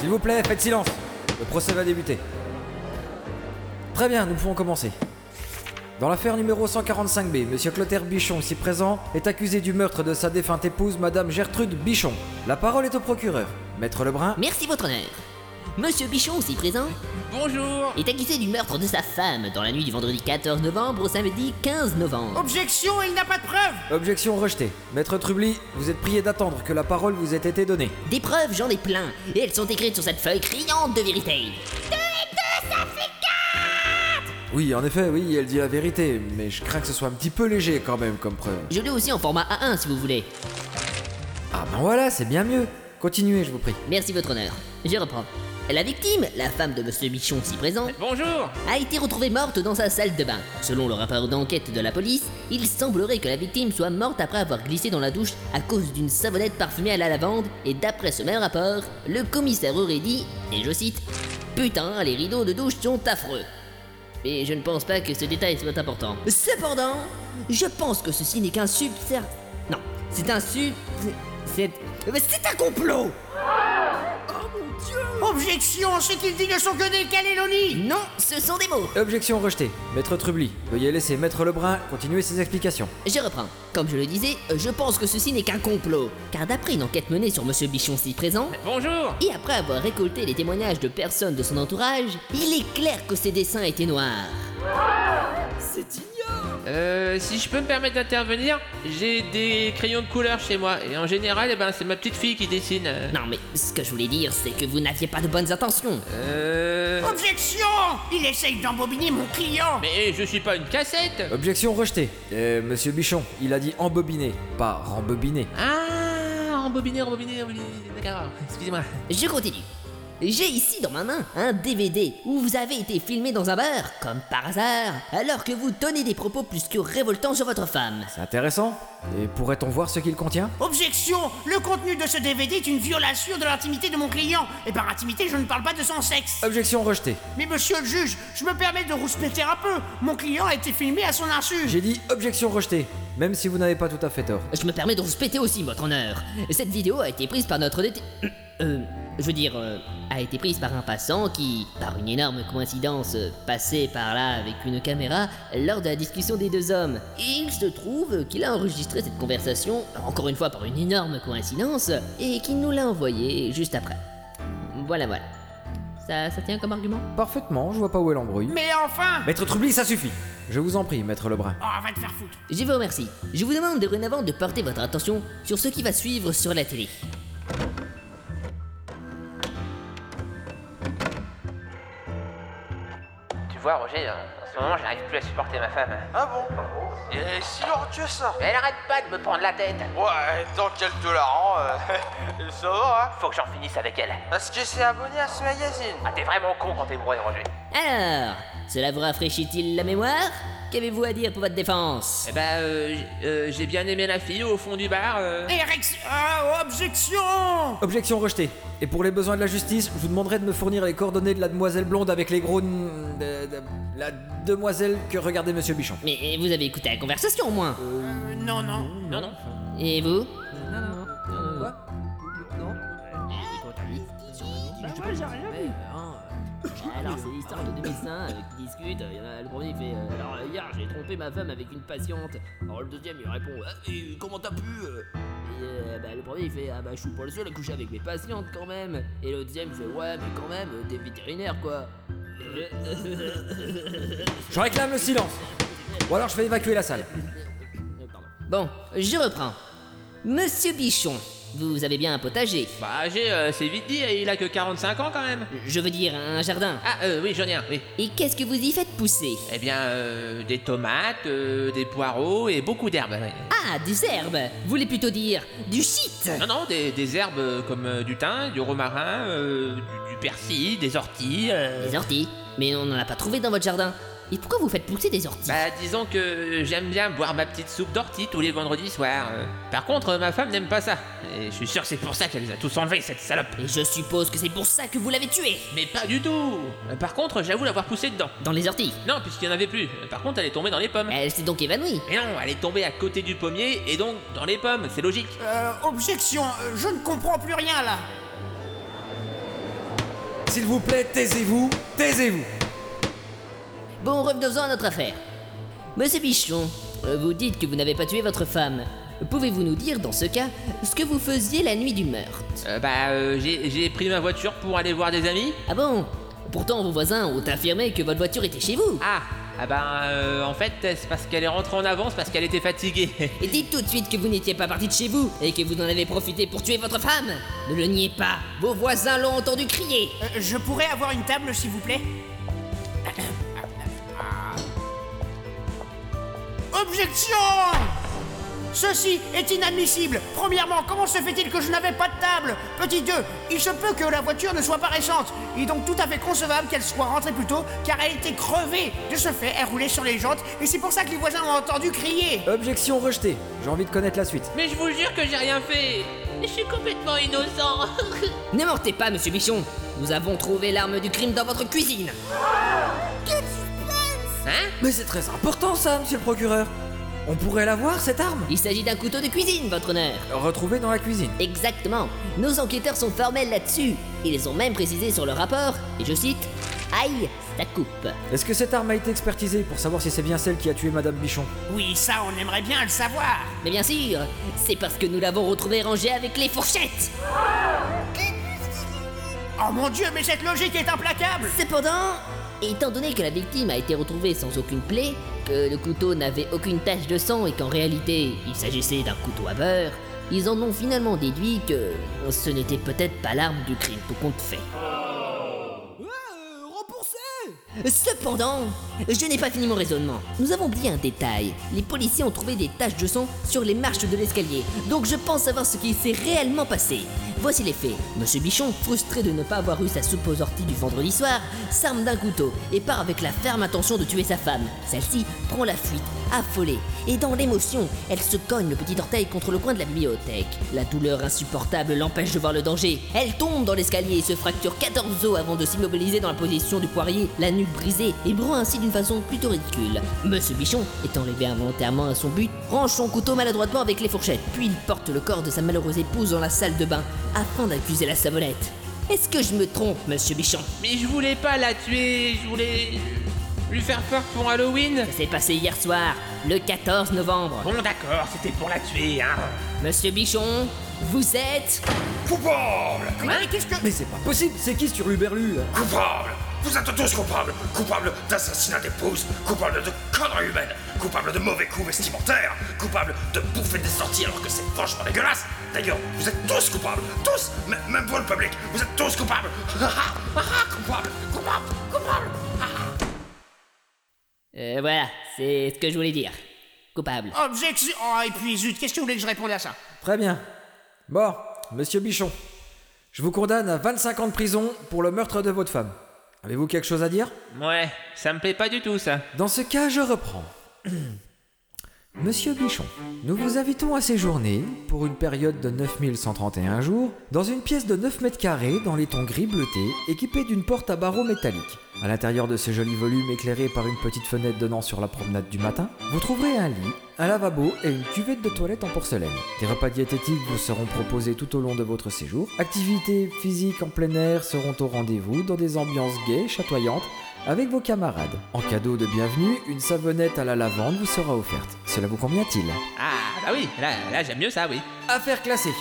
S'il vous plaît, faites silence. Le procès va débuter. Très bien, nous pouvons commencer. Dans l'affaire numéro 145B, Monsieur Clotaire Bichon, ici présent, est accusé du meurtre de sa défunte épouse, Madame Gertrude Bichon. La parole est au procureur. Maître Lebrun, Merci, votre honneur. Monsieur Bichon, aussi présent, Bonjour est accusé du meurtre de sa femme dans la nuit du vendredi 14 novembre au samedi 15 novembre. Oh. Objection, il n'a pas de preuve objection rejetée. Maître Trubly, vous êtes prié d'attendre que la parole vous ait été donnée. Des preuves, j'en ai plein, et elles sont écrites sur cette feuille criante de vérité. Oui, en effet, oui, elle dit la vérité, mais je crains que ce soit un petit peu léger quand même comme preuve. Je l'ai aussi en format A1 si vous voulez. Ah ben voilà, c'est bien mieux. Continuez, je vous prie. Merci, votre honneur. Je reprends. La victime, la femme de Monsieur Bichon, si présent, Bonjour a été retrouvée morte dans sa salle de bain. Selon le rapport d'enquête de la police, il semblerait que la victime soit morte après avoir glissé dans la douche à cause d'une savonnette parfumée à la lavande, et d'après ce même rapport, le commissaire aurait dit, et je cite, Putain, les rideaux de douche sont affreux. Mais je ne pense pas que ce détail soit important. Cependant, je pense que ceci n'est qu'un subser... Non, c'est un sub... C'est... C'est un complot Objection, ce qu'il dit ne sont que des calélonies Non, ce sont des mots Objection rejetée. Maître Trubly, veuillez laisser Maître Lebrun continuer ses explications. Je reprends. Comme je le disais, je pense que ceci n'est qu'un complot. Car d'après une enquête menée sur Monsieur Bichon si présent, Bonjour et après avoir récolté les témoignages de personnes de son entourage, il est clair que ses dessins étaient noirs. Euh, si je peux me permettre d'intervenir, j'ai des crayons de couleur chez moi, et en général, eh ben, c'est ma petite fille qui dessine. euh. Non mais ce que je voulais dire, c'est que vous n'aviez pas de bonnes intentions. Euh... Objection Il essaye d'embobiner mon client Mais je suis pas une cassette Objection rejetée. Euh, Monsieur Bichon, il a dit embobiner, pas rembobiner. Ah Embobiné, embobiné, embobiné, d'accord, excusez-moi. Je continue. J'ai ici dans ma main un DVD où vous avez été filmé dans un bar, comme par hasard, alors que vous tenez des propos plus que révoltants sur votre femme. C'est intéressant. Et pourrait-on voir ce qu'il contient Objection Le contenu de ce DVD est une violation de l'intimité de mon client Et par intimité, je ne parle pas de son sexe Objection rejetée. Mais monsieur le juge, je me permets de rouspéter un peu Mon client a été filmé à son insu J'ai dit objection rejetée, même si vous n'avez pas tout à fait tort. Je me permets de vous péter aussi, votre honneur. Cette vidéo a été prise par notre déte... Euh, je veux dire, euh, a été prise par un passant qui, par une énorme coïncidence, euh, passait par là avec une caméra lors de la discussion des deux hommes. Et il se trouve qu'il a enregistré cette conversation, encore une fois par une énorme coïncidence, et qu'il nous l'a envoyée juste après. Voilà, voilà. Ça, ça tient comme argument Parfaitement, je vois pas où est l'embrouille. Mais enfin Maître Trubly, ça suffit. Je vous en prie, Maître Lebrun. Oh, va te faire foutre Je vous remercie. Je vous demande dorénavant de porter votre attention sur ce qui va suivre sur la télé. Tu vois, Roger, en ce moment, j'arrive plus à supporter ma femme. Ah bon Et si tu ça Elle arrête pas de me prendre la tête Ouais, tant qu'elle te la rend, euh, ça va, hein Faut que j'en finisse avec elle. Est-ce que c'est abonné à ce magazine Ah, t'es vraiment con quand t'es brouillé, Roger. Alors, cela vous rafraîchit-il la mémoire Qu'avez-vous à dire pour votre défense Eh ben, euh, j'- euh, j'ai bien aimé la fille au fond du bar. euh. Et Rex... Ah, objection Objection rejetée. Et pour les besoins de la justice, je vous demanderai de me fournir les coordonnées de la demoiselle blonde avec les gros. n- de- de- la demoiselle que regardait Monsieur Bichon. Mais vous avez écouté la conversation au moins Euh, Non, non Non, non. Et vous Alors, c'est l'histoire de deux médecins euh, qui discutent. Il y en a le premier il fait euh, Alors, euh, hier, j'ai trompé ma femme avec une patiente. Alors, le deuxième, il répond Ah, mais comment t'as pu euh Et euh, bah, le premier, il fait Ah, bah, je suis pas le seul à coucher avec mes patientes quand même. Et le deuxième, il fait Ouais, mais quand même, euh, t'es vétérinaire quoi. Je réclame le silence Ou alors je vais évacuer la salle. Bon, je reprends. Monsieur Bichon, vous avez bien un potager. Bah, j'ai, euh, c'est vite dit, il a que 45 ans quand même. Je veux dire, un jardin. Ah, euh, oui, j'en ai un, oui. Et qu'est-ce que vous y faites pousser Eh bien, euh, des tomates, euh, des poireaux et beaucoup d'herbes. ouais. Ah, des herbes Vous voulez plutôt dire du shit Non, non, des, des herbes euh, comme euh, du thym, du romarin, euh, du, du persil, des orties. euh. Des orties Mais on n'en a pas trouvé dans votre jardin. Et pourquoi vous faites pousser des orties Bah, disons que j'aime bien boire ma petite soupe d'ortie tous les vendredis soirs. euh. Par contre, euh, ma femme n'aime pas ça. Et je suis sûr que c'est pour ça qu'elle les a tous enlevés, cette salope. Et je suppose que c'est pour ça que vous l'avez tué Mais pas du tout Euh, Par contre, j'avoue l'avoir poussée dedans. Dans les orties Non, puisqu'il n'y en avait plus. Euh, Par contre, elle est tombée dans les pommes. Elle s'est donc évanouie Mais non, elle est tombée à côté du pommier et donc dans les pommes, c'est logique. Euh, objection, euh, je ne comprends plus rien là S'il vous plaît, taisez-vous, taisez-vous. Bon, revenons-en à notre affaire. Monsieur Bichon, euh, vous dites que vous n'avez pas tué votre femme. Pouvez-vous nous dire, dans ce cas, ce que vous faisiez la nuit du meurtre Euh, bah, euh, j'ai j'ai pris ma voiture pour aller voir des amis. Ah bon Pourtant, vos voisins ont affirmé que votre voiture était chez vous. Ah, ah bah, euh, en fait, c'est parce qu'elle est rentrée en avance parce qu'elle était fatiguée. Et dites tout de suite que vous n'étiez pas parti de chez vous et que vous en avez profité pour tuer votre femme. Ne le niez pas. Vos voisins l'ont entendu crier. Euh, je pourrais avoir une table, s'il vous plaît Objection Ceci est inadmissible. Premièrement, comment se fait-il que je n'avais pas de table Petit 2, il se peut que la voiture ne soit pas récente. Il est donc tout à fait concevable qu'elle soit rentrée plus tôt, car elle était crevée. De ce fait, elle roulait sur les jantes, et c'est pour ça que les voisins ont entendu crier. Objection rejetée. J'ai envie de connaître la suite. Mais je vous jure que j'ai rien fait. Je suis complètement innocent. Ne mentez pas, monsieur Bichon. Nous avons trouvé l'arme du crime dans votre cuisine. hein Mais c'est très important ça, monsieur le procureur. On pourrait la voir, cette arme Il s'agit d'un couteau de cuisine, votre honneur. Retrouvée dans la cuisine. Exactement. Nos enquêteurs sont formels là-dessus. Ils ont même précisé sur le rapport, et je cite Aïe, ça coupe. Est-ce que cette arme a été expertisée pour savoir si c'est bien celle qui a tué Madame Bichon Oui, ça, on aimerait bien le savoir. Mais bien sûr, c'est parce que nous l'avons retrouvé rangé avec les fourchettes. Oh mon dieu, mais cette logique est implacable Cependant, étant donné que la victime a été retrouvée sans aucune plaie, que le couteau n'avait aucune tache de sang et qu'en réalité il s'agissait d'un couteau à beurre, ils en ont finalement déduit que ce n'était peut-être pas l'arme du crime tout compte fait. Cependant, je n'ai pas fini mon raisonnement. Nous avons oublié un détail. Les policiers ont trouvé des taches de sang sur les marches de l'escalier. Donc je pense savoir ce qui s'est réellement passé. Voici les faits. Monsieur Bichon, frustré de ne pas avoir eu sa soupe aux orties du vendredi soir, s'arme d'un couteau et part avec la ferme intention de tuer sa femme. Celle-ci prend la fuite, affolée. Et dans l'émotion, elle se cogne le petit orteil contre le coin de la bibliothèque. La douleur insupportable l'empêche de voir le danger. Elle tombe dans l'escalier et se fracture 14 os avant de s'immobiliser dans la position du poirier, la nuque brisée, et broie ainsi d'une façon plutôt ridicule. Monsieur Bichon, étant levé involontairement à son but, range son couteau maladroitement avec les fourchettes, puis il porte le corps de sa malheureuse épouse dans la salle de bain, afin d'accuser la savonnette. Est-ce que je me trompe, monsieur Bichon Mais je voulais pas la tuer, je voulais lui faire peur pour Halloween. Ça s'est passé hier soir, le 14 novembre. Bon d'accord, c'était pour la tuer, hein. Monsieur Bichon, vous êtes. Coupable Hein Mais qu'est-ce que... Mais c'est pas possible, c'est qui euh ce turluberlu là Coupable Vous êtes tous coupables Coupable d'assassinat d'épouse, coupable de conneries humaines, coupable de mauvais coups vestimentaires, coupable de bouffer des sorties alors que c'est franchement dégueulasse D'ailleurs, vous êtes tous coupables Tous M- Même vous, le public Vous êtes tous coupables Ah ah, ah ah, Coupable Coupable Coupable Ah ah. Euh, voilà, c'est ce que je voulais dire. Coupable. Objection Oh, et puis zut, qu'est-ce que vous voulez que je réponde à ça Très bien. Bon, monsieur Bichon, je vous condamne à 25 ans de prison pour le meurtre de votre femme. Avez-vous quelque chose à dire Ouais, ça me plaît pas du tout ça. Dans ce cas, je reprends. Monsieur Bichon, nous vous invitons à séjourner, pour une période de 9131 jours, dans une pièce de 9 mètres carrés dans les tons gris bleuté, équipée d'une porte à barreaux métalliques. À l'intérieur de ce joli volume éclairé par une petite fenêtre donnant sur la promenade du matin, vous trouverez un lit, un lavabo et une cuvette de toilette en porcelaine. Des repas diététiques vous seront proposés tout au long de votre séjour. Activités physiques en plein air seront au rendez-vous dans des ambiances gaies, chatoyantes, avec vos camarades. En cadeau de bienvenue, une savonnette à la lavande vous sera offerte. Cela vous convient-il Ah bah oui, là, là j'aime mieux ça, oui. Affaire classée